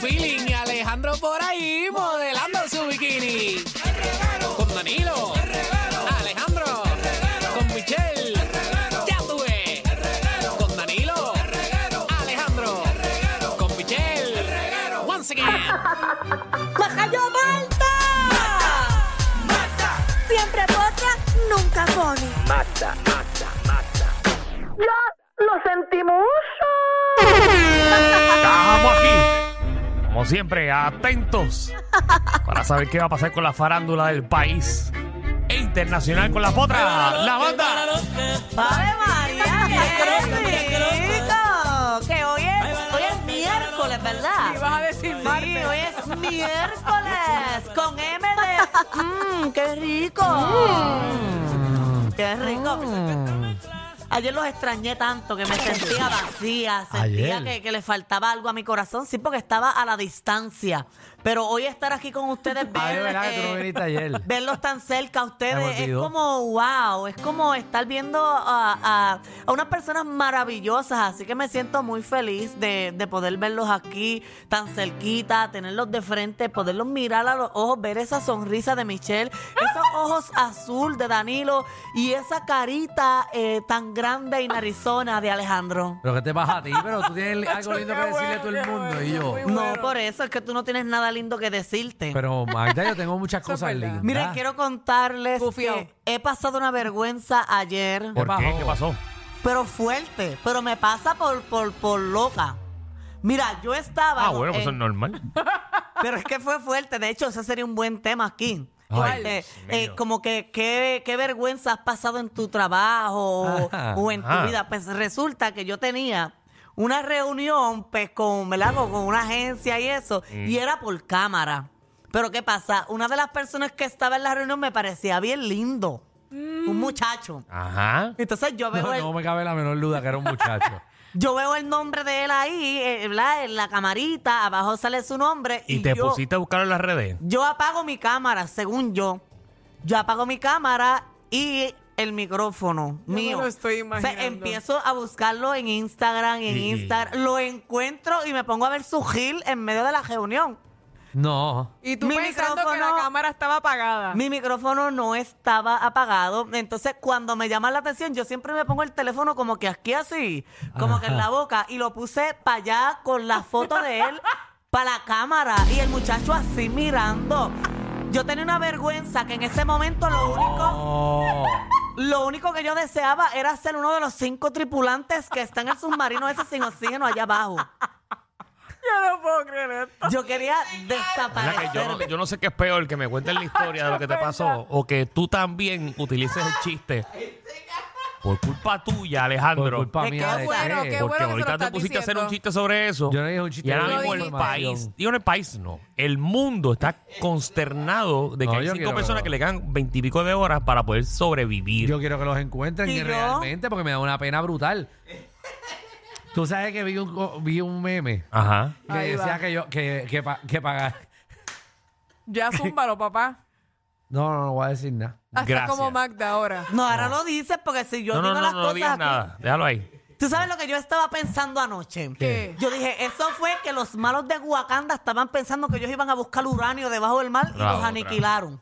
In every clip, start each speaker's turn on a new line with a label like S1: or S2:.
S1: feeling y Alejandro por ahí modelando su bikini. Con Danilo. Alejandro. Con Michelle. Ya tuve. Con Danilo. Alejandro. Con Michelle. Once again.
S2: ¡Majayo Malta! Siempre potra, nunca pone.
S3: Estamos aquí, como siempre, atentos para saber qué va a pasar con la farándula del país e internacional con la potra, la banda.
S2: ¡Ave María! ¡Qué rico! Que hoy es, hoy es miércoles, ¿verdad? Y vas a decir martes. Sí, hoy es miércoles con M de... ¡Mmm, qué rico!
S4: Mm.
S2: ¡Qué rico!
S4: Ah.
S2: Ayer los extrañé tanto que me sentía vacía, sentía
S3: Ayer.
S2: que, que le faltaba algo a mi corazón, sí, porque estaba a la distancia. Pero hoy estar aquí con ustedes,
S4: Ay,
S2: ver, eh,
S4: verdad que tú no viniste ayer.
S2: verlos tan cerca a
S4: Me
S2: ustedes es
S4: motivó.
S2: como wow, es como estar viendo a, a- a unas personas maravillosas, así que me siento muy feliz de, de poder verlos aquí tan cerquita, tenerlos de frente, poderlos mirar a los ojos, ver esa sonrisa de Michelle, esos ojos azul de Danilo y esa carita eh, tan grande y narizona de Alejandro.
S4: Pero que te pasa a ti, pero tú tienes algo lindo que decirle a todo el mundo y yo.
S2: No, por eso es que tú no tienes nada lindo que decirte.
S4: Pero Magda, yo tengo muchas cosas lindas.
S2: Miren, quiero contarles
S5: Bufiao.
S2: que he pasado una vergüenza ayer.
S3: ¿Por qué? ¿Qué pasó?
S2: pero fuerte, pero me pasa por, por, por loca. Mira, yo estaba.
S3: Ah, bueno, pues eso es
S2: en-
S3: normal.
S2: Pero es que fue fuerte. De hecho, ese sería un buen tema aquí.
S3: Ay,
S2: Este,
S3: Dios
S2: eh,
S3: mío.
S2: como que qué, qué vergüenza has pasado en tu trabajo o-
S4: Ajá,
S2: o en tu
S3: ajá.
S2: vida. Pues resulta que yo tenía una reunión pues con, ¿verdad? con con una agencia y eso, y
S3: Mm.
S2: era por cámara. Pero ¿qué pasa? Una de las personas que estaba en la reunión me parecía bien lindo. Un muchacho.
S3: Ajá.
S2: Entonces yo veo
S4: No,
S2: el-
S4: no me cabe la menor duda que era un muchacho.
S2: yo veo el nombre de él ahí, eh, ¿verdad? En la camarita, abajo sale su nombre. Y,
S3: Y te
S2: yo,
S3: pusiste a buscar en las redes.
S2: Yo apago mi cámara, según yo. Yo apago mi cámara y el micrófono
S5: me
S2: mío.
S5: lo estoy imaginando.
S2: empiezo a buscarlo en Instagram y en
S3: Y-
S2: Instagram. Lo encuentro y me pongo a ver su gil en medio de la reunión.
S4: No.
S5: Y tú
S2: Mi
S5: pensando que la
S2: micrófono-
S5: cámara estaba apagada.
S2: Mi micrófono no estaba apagado, entonces cuando me llama la atención, yo siempre me pongo el teléfono como que aquí así, como que en la boca, y lo puse para allá con la foto de él para la cámara y el muchacho así mirando. Yo tenía una vergüenza que en ese momento lo único,
S4: No.
S2: lo único que yo deseaba era ser uno de los cinco tripulantes que están en el submarino ese sin oxígeno allá abajo.
S5: Yo no puedo creer esto.
S2: Yo quería
S3: ¿Verdad que yo, no,
S2: desaparecer.
S3: yo no sé qué es peor, que me cuenten la historia de lo que te pasó o que tú también utilices el chiste. Por culpa tuya,
S4: Por
S3: Alejandro.
S4: culpa
S5: Es
S4: mía.
S5: que
S4: de
S5: bueno,
S4: qué.
S3: Porque
S5: qué bueno que se
S3: ahorita
S5: lo
S3: te
S5: estás
S3: pusiste a hacer
S5: diciendo.
S3: un chiste sobre eso.
S4: Yo no dije un chiste,
S3: Y
S4: yo
S3: ahora
S4: dije
S3: mismo el
S4: información.
S3: país, digo en el país, no. El mundo está consternado de que
S4: No,
S3: hay
S4: yo
S3: cinco
S4: quiero-
S3: personas que le quedan veintipico de horas para poder sobrevivir.
S4: Yo quiero que los encuentren
S2: ¿Y
S4: y
S2: yo?
S4: realmente porque me da una pena brutal. Tú sabes que vi un, vi un meme
S3: Ajá.
S4: que
S5: Ahí
S4: decía
S5: va.
S4: que yo que, que, pa- que pagar.
S5: Ya zúmbalo, papá.
S4: No, no, no voy a decir nada.
S5: Hasta
S3: Gracias.
S5: como Magda ahora.
S2: No, ahora lo dices porque si yo
S3: No,
S2: digo
S3: no, no,
S2: las
S3: no, no
S2: cosas
S3: digas
S2: aquí-
S3: nada. Déjalo ahí.
S2: ¿Tú sabes lo que yo estaba pensando anoche?
S5: ¿Qué?
S2: Yo dije, eso fue que los malos de Wakanda estaban pensando que ellos iban a buscar uranio debajo del mar y
S3: La
S2: los
S3: otra.
S2: aniquilaron.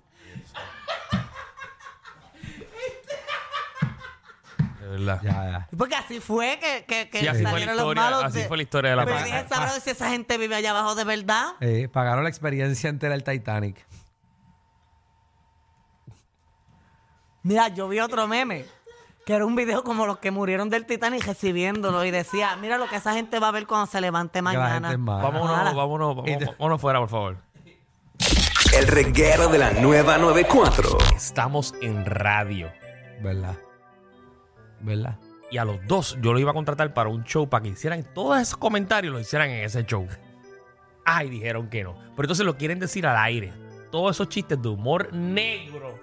S3: De verdad.
S4: Ya, ya.
S2: Porque así fue que, que, que
S3: Sí, así fue la
S2: salieron
S3: historia,
S2: los malos.
S3: así
S2: de-
S3: fue la historia de la
S2: Pero
S3: pa-
S2: dije, ¿sabrá si esa gente vive allá abajo de verdad?
S4: Eh, pagaron la experiencia entera del Titanic.
S2: Mira, yo vi otro meme. Que era un video como los que murieron del Titanic recibiéndolo y decía, mira lo que esa gente va a ver cuando se levante
S4: Que la gente
S2: mañana.
S4: es mala.
S3: Vámonos,
S2: Ojalá.
S3: vámonos,
S4: Y te-
S3: vámonos, vámonos fuera, por favor.
S6: El reguero de la nueva 94.
S3: Estamos en radio.
S4: ¿Verdad? ¿Verdad?
S3: Y a los dos yo lo iba a contratar para un show para que hicieran todos esos comentarios, lo hicieran en ese show. Ay, dijeron que no. Pero entonces lo quieren decir al aire. Todos esos chistes de humor negro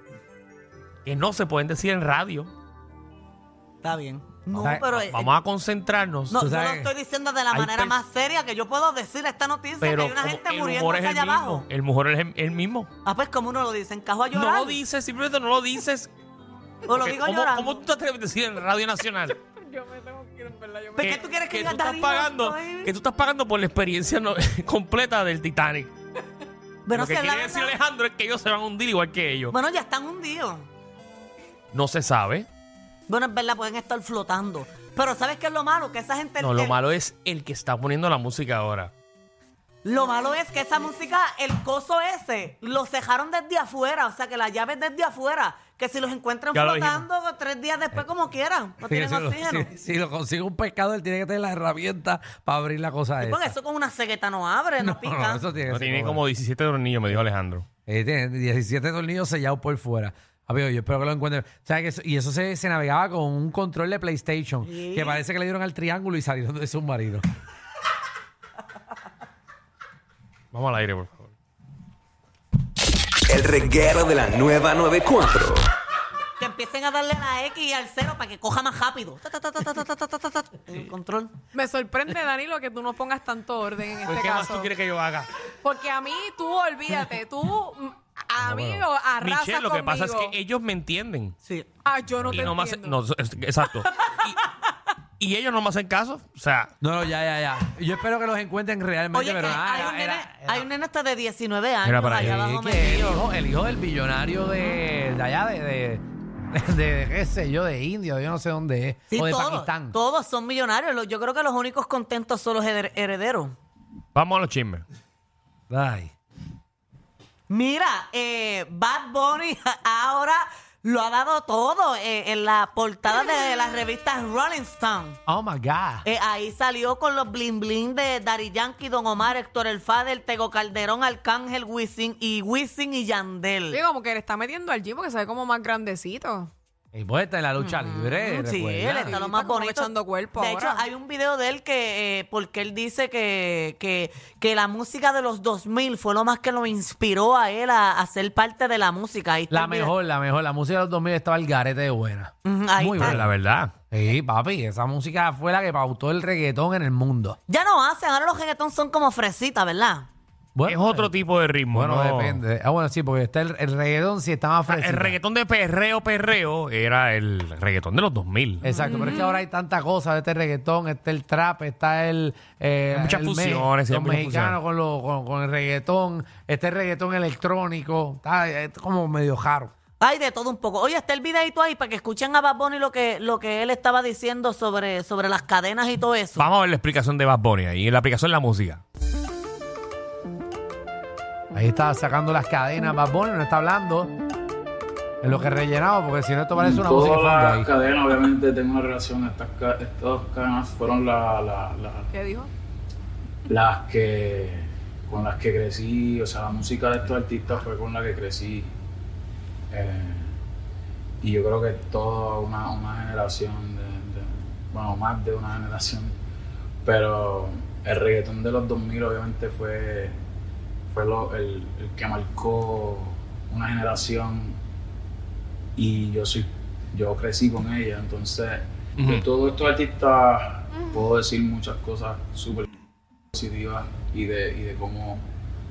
S3: que no se pueden decir en radio.
S2: Está bien. No,
S4: Va-
S2: pero...
S3: Vamos a concentrarnos.
S2: Eh, No,
S4: Tú
S2: yo lo
S4: sabes-
S2: estoy diciendo de la
S3: Hay
S2: manera
S3: pers-
S2: más seria que yo puedo decir esta noticia que
S3: pero
S2: hay una
S3: como
S2: gente
S3: el
S2: muriendo
S3: humor es
S2: allá
S3: el mismo.
S2: abajo.
S3: El humor es el- el mismo.
S2: Ah, pues como uno lo dice, encajo a
S3: No
S2: llorar.
S3: lo dices, simplemente no lo dices.
S2: o lo
S3: Porque
S2: digo
S3: ¿cómo,
S2: llorando.
S3: ¿Cómo tú te atreves a decir en Radio Nacional?
S5: Yo me tengo que ir, en verdad. Yo
S2: ¿Pero
S5: me
S2: Pues, qué tú quieres que
S3: que tú
S2: diga
S3: estás
S2: Darina?
S3: pagando,
S2: Ay,
S3: que tú estás pagando por la experiencia no- completa del Titanic.
S2: Bueno,
S3: Lo que
S2: si
S3: quiere
S2: hablaran-
S3: decir Alejandro es que ellos se van a hundir igual que ellos.
S2: bueno, ya están hundidos.
S3: No se sabe.
S2: Bueno, es verdad, pueden estar flotando. Pero ¿sabes qué es lo malo? Que esa gente...
S3: No, lo
S2: el-
S3: malo es el que está poniendo la música ahora.
S2: Lo malo es que esa música, el coso ese, lo cejaron desde afuera. O sea, que la llave es desde afuera. Que si los encuentran
S3: Ya lo Eh,
S2: flotando tres días después, como quieran, no
S4: Sí,
S2: tienen
S4: si, lo,
S2: oxígeno.
S4: si- si lo consigue un pescado, él tiene que tener la herramienta para abrir la cosa
S2: Sí,
S4: esa.
S2: porque eso con una cegueta no abre, no,
S4: No,
S2: pica.
S4: no, eso tiene que
S3: No
S4: ser
S3: tiene
S4: como-
S3: como 17 tornillos, me dijo Alejandro.
S4: Eh, tiene 17 tornillos sellados por fuera. Amigo, yo espero que lo encuentren. ¿Sabes que eso- y eso se, se navegaba con un control de PlayStation que parece que le dieron al triángulo y salieron del submarino.
S3: Vamos al aire, por favor.
S6: El reguero de la nueva 94.
S2: Que empiecen a darle la X y al cero para que coja más rápido. Ta, ta, ta, ta, ta, ta, ta, ta, ta, ta. El control.
S5: Me sorprende, Danilo, que tú no pongas tanto orden en este
S3: ¿Qué más
S5: caso.
S3: tú quieres que yo haga?
S5: Porque a mí, tú olvídate, tú, mm, a mí
S4: bueno.
S5: o arrasas
S3: Michelle, lo que pasa es
S5: conmigo.
S3: que ellos me entienden.
S2: Sí.
S5: Ah, yo no
S3: y
S5: te
S3: no me hacen-
S5: entiendo.
S3: no, es- exacto. y, y ellos no me hacen caso. O sea,
S4: No, no, ya, ya, ya. Yo espero que los encuentren realmente.
S2: Oye, que
S4: pero nada,
S2: hay, un
S4: era-
S2: nene,
S4: era-
S2: hay un nene hasta de 19 años
S3: Mira para
S2: allá
S3: allá.
S2: abajo
S4: Sí, que el,
S2: metido.
S4: hijo, el hijo del billonario de, de allá, de, de, de- de qué sé yo, de India, yo no sé dónde es.
S2: Sí,
S4: o de
S2: todos,
S4: Pakistán.
S2: todos son millonarios. Lo- Yo creo que los únicos contentos son los her- herederos.
S3: vamos a los chismes.
S4: Ay.
S2: Mira, eh, Bad Bunny ahora lo ha dado todo eh, en la portada de la revista Rolling Stone.
S4: Oh my God.
S2: Eh, ahí salió con los bling bling de Dari Yankee, Don Omar, Héctor El Fader, Tego Calderón, Arcángel, Wisin y Wisin y Yandel.
S5: Oye, como que le está metiendo al gym porque se ve como más grandecito.
S4: Y pues está en la lucha libre.
S2: Mm, Sí,
S4: Eh, recuerda.
S2: él está lo
S5: Sí,
S2: más
S5: está como
S2: bonito.
S5: echando cuerpo
S2: de
S5: ahora.
S2: hecho, hay un video de él que, eh, porque él dice que, que, que la música de los 2000 fue lo más que lo inspiró a él a, a ser parte de la música. Ahí está
S4: La
S2: el video.
S4: mejor, la mejor. La música de los 2000 estaba el garete de buena.
S3: Mm.
S2: Ujú, ahí
S4: Muy
S2: está.
S4: buena.
S3: La verdad.
S4: Sí, papi, esa música fue la que pautó el reggaetón en el mundo.
S2: Ya no hacen, ahora los reggaetón son como fresitas, ¿verdad?
S4: Bueno, eh,
S3: es otro tipo de ritmo.
S4: Bueno,
S3: no-
S4: depende. Ah, bueno, sí, porque está el, el reggaetón sí está más fresco.
S3: Ah, El reggaetón de perreo, perreo era el reggaetón de los 2000.
S4: Exacto, pero es que ahora hay tanta cosa, este reggaetón, está el trap, está el... eh,
S3: Muchas
S4: el me-
S3: fusiones, sí, hay
S4: Los
S3: muchas
S4: mexicanos con, lo- con, con el reggaetón, este reggaetón electrónico, está eh, como medio jaro.
S2: Hay de todo un poco. Oye, está el videito ahí para que escuchen a Bad Bunny lo que, lo que él estaba diciendo sobre, sobre las cadenas y todo eso.
S3: Vamos a ver la explicación de Bad Bunny ahí. La aplicación la música.
S4: Ahí está sacando las cadenas, Bad Bunny no está hablando en lo que rellenaba, porque si no esto parece una música de fondo
S7: Todas
S4: ahí.
S7: las cadenas, obviamente, tengo una relación. Estas, ca- estas dos cadenas fueron la- la- la-
S5: ¿Qué dijo?
S7: las que con las que crecí. O sea, la música de estos artistas fue con la que crecí. Eh, y yo creo que toda una, una generación, de, de- bueno, más de una generación. Pero el reggaetón de los 2000, obviamente, fue, fue lo- el- el que marcó una generación y yo soy yo crecí con ella entonces de todos estos artistas puedo decir muchas cosas súper positivas y de, y de cómo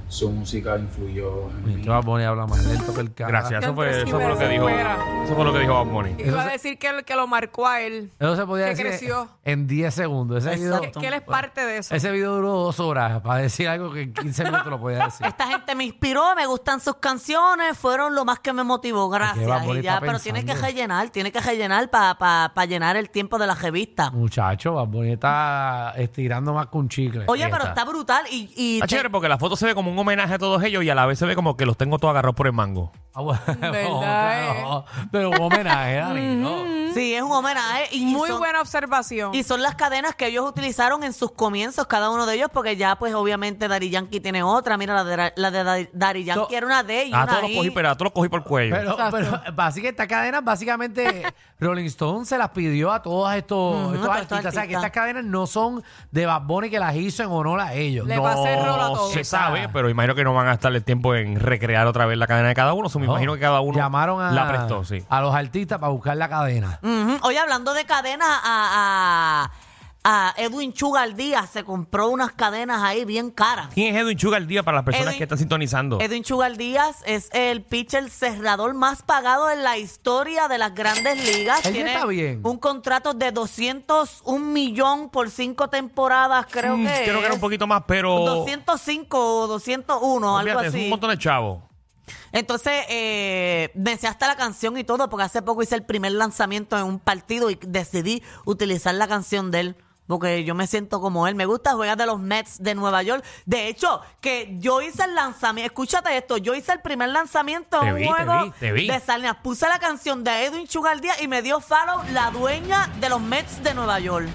S7: su música influyó en mí
S4: Este Bad Bunny habla más lento que el cara.
S3: Gracias. Eso fue,
S5: Canto
S3: eso fue lo que dijo.
S5: fuera.
S3: Eso fue lo que dijo Bad Bunny.
S4: Eso
S5: Iba a
S4: se-
S5: decir que, el que lo marcó a él.
S4: Eso se podía
S5: Que
S4: decir
S5: creció.
S4: en 10 segundos. Ese video,
S2: Exacto.
S5: Que, que él es parte de eso.
S4: ese video duró dos horas para decir algo que en 15 minutos lo podía decir.
S2: Esta gente me inspiró, me gustan sus canciones, fueron lo más que me motivó, gracias.
S4: Bad Bunny
S2: Y ya,
S4: está
S2: pero tiene que
S4: pensando.
S2: rellenar, tiene que rellenar para llenar el tiempo de la revista.
S4: Muchacho, Bad Bunny está estirando más que un chicle.
S2: Oye,
S4: Ahí
S2: pero está brutal y, y
S3: Está
S2: te-
S3: Ah, chévere porque la foto se ve como un homenaje a todos ellos y a la vez se ve como que los tengo todos agarrados por el mango.
S4: Ah, bueno,
S5: ¿Verdad, eh?
S4: no, pero un homenaje, Dani. no.
S2: sí, es un homenaje. Y
S5: Muy
S2: son-
S5: buena observación.
S2: Y son las cadenas que ellos utilizaron en sus comienzos, cada uno de ellos, porque ya, pues, obviamente, Dari Yankee tiene otra. Mira, la de, la de Dari- Dari Yankee
S4: So-
S2: era una de ellos.
S3: A Ah, todos los cogí, pero a todos los cogí por el cuello.
S4: Pero, pero así que estas cadenas, básicamente, Rolling Stone se las pidió a todos estos,
S2: Ujú, a
S4: estos
S2: todos estos
S4: artistas. O sea, que
S2: artistas.
S4: estas cadenas no son de Bad Bunny que las hizo en honor a ellos.
S5: Le
S4: No.
S5: pasé el rol a
S3: no
S5: todos.
S3: se
S4: está.
S3: sabe, pero imagino que no van a estar el tiempo en recrear otra vez la cadena de cada uno. So, me imagino que cada uno
S4: Llamaron a,
S3: la prestó, sí.
S4: a los artistas para buscar la cadena.
S2: Oye, hablando de cadenas, a, a Edwin Chugal Díaz se compró unas cadenas ahí bien caras.
S3: ¿Quién es Edwin Sugar Díaz para las personas
S2: Edwin-
S3: que están sintonizando?
S2: Edwin Chugal Díaz es el pitcher cerrador más pagado en la historia de las grandes ligas.
S4: Él ya está bien.
S2: un contrato de 201 millón por cinco temporadas, creo
S3: Mm,
S2: que
S3: creo que era
S2: es.
S3: un poquito más, pero.
S2: 205 o 201, algo
S3: Olvídate,
S2: así.
S3: Es un montón de chavos.
S2: Entonces, eh, deseé hasta la canción y todo, porque hace poco hice el primer lanzamiento en un partido y decidí utilizar la canción de él. Porque yo me siento como él. Me gusta jugar de los Mets de Nueva York. De hecho, que yo hice el lanzamiento. Escúchate esto. Yo hice el primer lanzamiento
S3: Te
S2: en un
S3: vi, te
S2: juego
S3: vi, te vi.
S2: de Salinas. Puse la canción de Edwin Sugar Díaz y me dio follow la dueña de los Mets de Nueva York.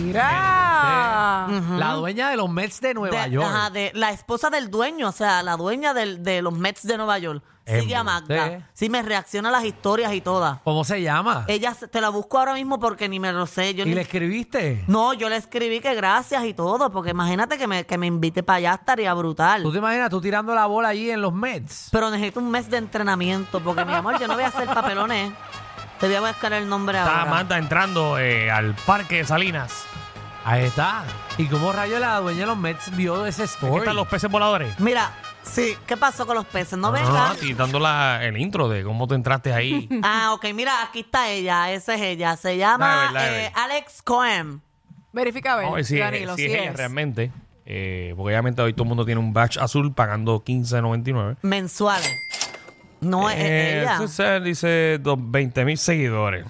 S5: Mira.
S3: Eh,
S4: La dueña de los Mets de Nueva
S2: De-
S4: York.
S2: ajá, de la esposa del dueño, o sea, la dueña del- de los Mets de Nueva York. Sigue a
S4: Embuste.
S2: Magda. Sí, me reacciona a las historias y todas.
S4: ¿Cómo se llama?
S2: Ella se- te la busco ahora mismo porque ni me lo sé. Yo
S4: ¿Y
S2: ni-
S4: le escribiste?
S2: No, yo le escribí que gracias y todo, porque imagínate que me, que me invite para allá, estaría brutal.
S4: ¿Tú te imaginas tú tirando la bola allí en los Mets?
S2: Pero necesito un mes de entrenamiento, porque mi amor, yo no voy a hacer papelones. Te voy a buscar el nombre
S3: Está
S2: ahora.
S3: Amanda entrando eh, al parque de Salinas.
S4: Ahí está. ¿Y cómo rayos la dueña de los Mets vio ese
S3: Aquí
S4: story?
S3: están los peces voladores.
S2: Mira, sí, ¿qué pasó con los peces? No
S3: No, no,
S2: venga.
S3: no, y dando la- el intro de cómo tú entraste ahí.
S2: Ah, ok, mira, aquí está ella, esa es ella. Se llama
S3: Dale, dale.
S2: eh, Alex Cohen.
S5: Verifica a ver,
S3: Vamos a ver si, es-
S5: Danilo,
S3: si
S5: si
S3: es ella
S5: es.
S3: realmente. eh, porque obviamente hoy todo el mundo tiene un badge azul pagando 15.99.
S2: Mensuales. No es
S3: Eh,
S2: ella.
S3: César dice dos- 20 mil seguidores.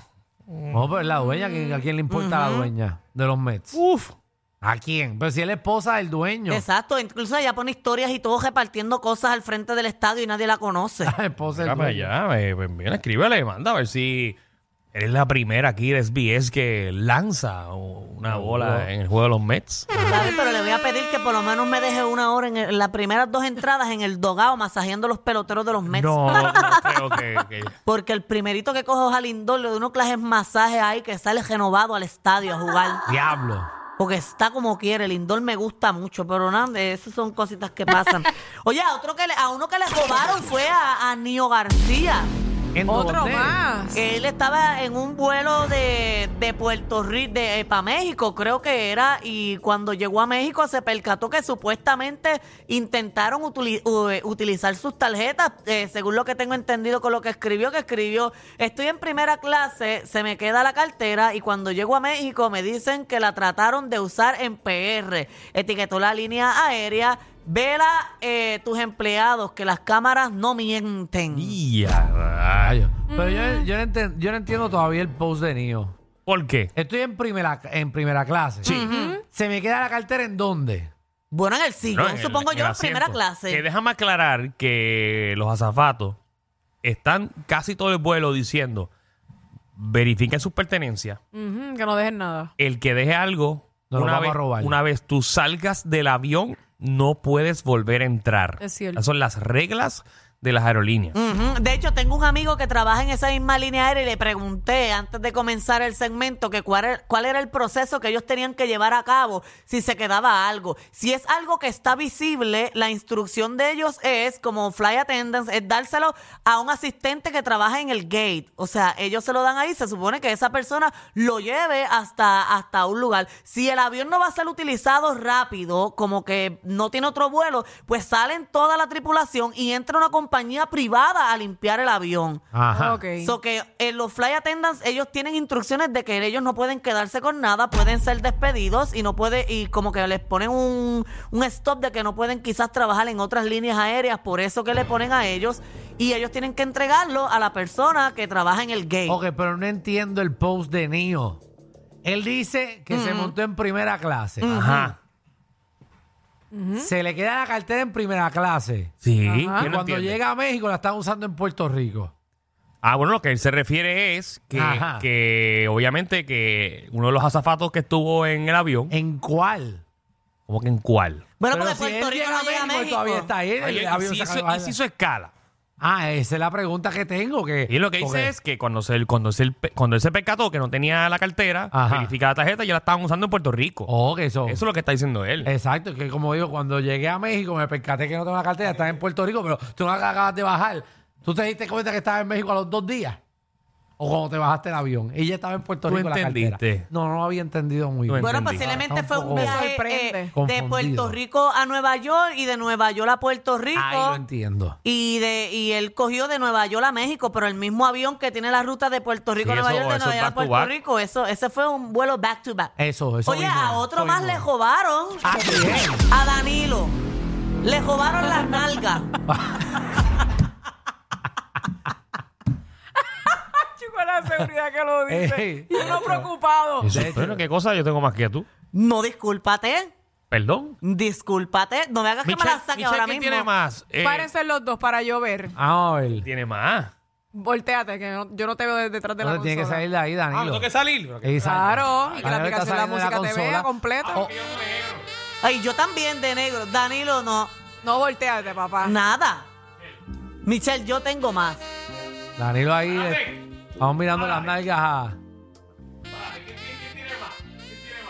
S4: No, pero es la dueña. ¿quién- ¿A quién le importa la dueña de los Mets?
S3: Uf.
S4: ¿A quién? Pero si es la esposa del dueño.
S2: Exacto, incluso ella pone historias y todo repartiendo cosas al frente del estadio y nadie la conoce.
S4: La
S2: Pues
S4: esposa
S3: Mira
S4: del
S3: para
S4: dueño.
S3: allá, eh, pues mira, escríbele, manda a ver si eres la primera aquí de SBS que lanza una bola en el juego de los Mets.
S2: ¿Sabes? Pero le voy a pedir que por lo menos me deje una hora en, el- en las primeras dos entradas en el dogado masajeando los peloteros de los Mets.
S3: No, no creo que, que-
S2: Porque el primerito que cojo es a Lindor, le doy unos clases masajes ahí que sale renovado al estadio a jugar.
S4: Diablo.
S2: Porque está como quiere, Lindor me gusta mucho, pero nada, de esas son cositas que pasan. Oye, a, otro que le- a uno que le robaron fue a, a Nio García.
S4: ¿En
S5: Otro
S4: dónde?
S5: más.
S2: que él estaba en un vuelo de, de Puerto Rico, de, para México, creo que era, y cuando llegó a México se percató que supuestamente intentaron utili- u- eh, utilizar sus tarjetas, eh, según lo que tengo entendido con lo que escribió, que escribió, estoy en primera clase, se me queda la cartera, y cuando llego a México me dicen que la trataron de usar en PR. Etiquetó la línea aérea, vela eh, tus empleados, que las cámaras no mienten.
S3: Y a rayos.
S4: Pero yo, yo no enten- yo no entiendo todavía el post de Nio.
S3: ¿Por qué?
S4: Estoy en primera, en primera clase. Sí. ¿Se me queda la cartera en dónde?
S2: Bueno, en el sillón,
S3: No, en el-
S2: supongo
S3: en
S2: yo,
S3: el
S2: en primera
S3: asiento.
S2: clase.
S3: Que déjame aclarar que los azafatos están casi todo el vuelo diciendo verifiquen sus pertenencias.
S5: Ujú, que no dejen nada.
S3: El que deje algo,
S4: No lo
S3: una,
S4: vamos
S3: vez,
S4: a robar.
S3: una vez tú salgas del avión, no puedes volver a entrar.
S5: Es cierto.
S3: Esas son las reglas de las aerolíneas.
S2: Ujú. De hecho, tengo un amigo que trabaja en esa misma línea aérea y le pregunté antes de comenzar el segmento que cuál era, cuál era el proceso que ellos tenían que llevar a cabo si se quedaba algo. Si es algo que está visible, la instrucción de ellos es, como fly attendants, es dárselo a un asistente que trabaja en el gate. O sea, ellos se lo dan ahí, se supone que esa persona lo lleve hasta, hasta un lugar. Si el avión no va a ser utilizado rápido, como que no tiene otro vuelo, pues salen toda la tripulación y entra una compañía privada a limpiar el avión.
S4: Ajá.
S5: Ok.
S2: So que eh, los fly attendants, ellos tienen instrucciones de que ellos no pueden quedarse con nada, pueden ser despedidos y no puede, y como que les ponen un, un stop de que no pueden quizás trabajar en otras líneas aéreas, por eso que le ponen a ellos, y ellos tienen que entregarlo a la persona que trabaja en el gate.
S4: Ok, pero no entiendo el post de Nio. Él dice que
S3: Mm.
S4: se montó en primera clase.
S3: Ajá.
S4: Se le queda la cartera en primera clase.
S3: Sí.
S5: Ajá.
S3: yo no
S4: Cuando
S3: entiendo.
S4: llega a México la están usando en Puerto Rico.
S3: Ah, bueno, lo que él se refiere es que,
S4: Ajá.
S3: que obviamente que uno de los azafatos que estuvo en el avión,
S4: ¿En cuál?
S3: ¿cómo que en cuál?
S2: bueno,
S4: Pero
S2: porque
S4: si
S2: Puerto
S4: él
S2: Rico
S4: llega
S2: no llega a México.
S4: Todavía está ahí. el
S3: Oye,
S4: avión
S3: y si
S4: se
S3: hizo,
S4: acaba-
S3: y si hizo escala.
S4: Ah, esa es la pregunta que tengo. Que,
S3: Y lo que dice
S4: porque-
S3: es que cuando, se, cuando, se, cuando él se percató que no tenía la cartera,
S4: Ajá.
S3: verificaba la tarjeta, ya la estaban usando en Puerto Rico.
S4: Oh, que eso.
S3: Eso es lo que está diciendo él.
S4: Exacto, que como digo, cuando llegué a México me percaté que no tengo la cartera, estaba en Puerto Rico, pero tú no acabas de bajar. ¿Tú te diste cuenta que estabas en México a los dos días? o cuando te bajaste el avión. Ella estaba en Puerto
S3: ¿Tú
S4: Rico la cartera.
S3: entendiste?
S4: No, no lo había entendido muy
S3: No
S4: bien.
S2: Bueno,
S3: Entendí.
S2: posiblemente
S4: Ahora está
S2: fue
S4: un
S2: un
S4: poco
S2: viaje
S5: sorprende.
S2: eh, de
S4: Confundido.
S2: Puerto Rico a Nueva York y de Nueva York a Puerto Rico.
S4: Ahí lo entiendo.
S2: Y, de, y él cogió de Nueva York a México, pero el mismo avión que tiene la ruta de Puerto Rico a
S3: Sí,
S2: Nueva
S3: eso-
S2: York, de
S3: eso
S2: Nueva
S3: es
S2: York a
S3: back to
S2: Puerto
S3: back.
S2: Rico, eso, ese fue un vuelo back to back.
S4: Eso, eso.
S2: Oye,
S4: mismo
S2: a
S4: es,
S2: otro
S4: eso
S2: más
S4: mismo
S2: le
S4: es.
S2: jobaron.
S3: Ah,
S4: ¿A quién?
S2: A Danilo. Le jobaron las nalgas.
S5: Chico, la seguridad que lo
S4: Ey,
S5: dice. Y uno
S4: eso-
S5: preocupado.
S3: Jesús,
S4: hecho-
S3: pero ¿Qué cosa yo tengo más que tú?
S2: No, discúlpate.
S3: Perdón.
S2: Discúlpate. No me hagas que me la saque ahora
S3: ¿quién
S2: mismo.
S3: tiene más? Eh,
S5: Párense los dos para yo ver.
S4: Vamos a ver.
S3: Tiene más.
S5: Volteate, que no- yo no te veo de- detrás de la
S4: Entonces
S5: consola.
S4: tiene que salir de ahí, Danilo.
S3: Ah, ¿me tengo que salir? Pero que-
S4: Exacto.
S5: Claro, y que
S4: Danilo
S5: la
S4: está
S5: aplicación de la
S4: saliendo de la
S5: música te
S4: consola.
S5: vea completa.
S4: Oh,
S2: Ay, yo también de negro. Danilo, no.
S5: No volteate, papá.
S2: Nada. Michelle, yo tengo más.
S4: Danilo ahí. eh, Vamos mirando las nalgas a.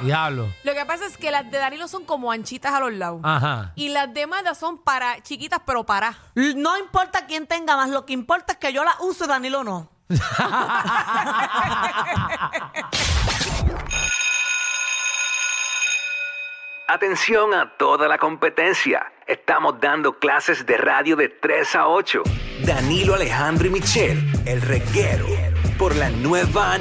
S4: Diablo.
S5: Lo que pasa es que las de Danilo son como anchitas a los lados.
S4: Ajá.
S5: Y las demás son para chiquitas, pero para.
S2: L- No importa quién tenga más, lo que importa es que yo la uso y Danilo no.
S6: Atención a toda la competencia. Estamos dando clases de radio de 3 a 8. Danilo Alejandro y Michel, el reguero, por la nueva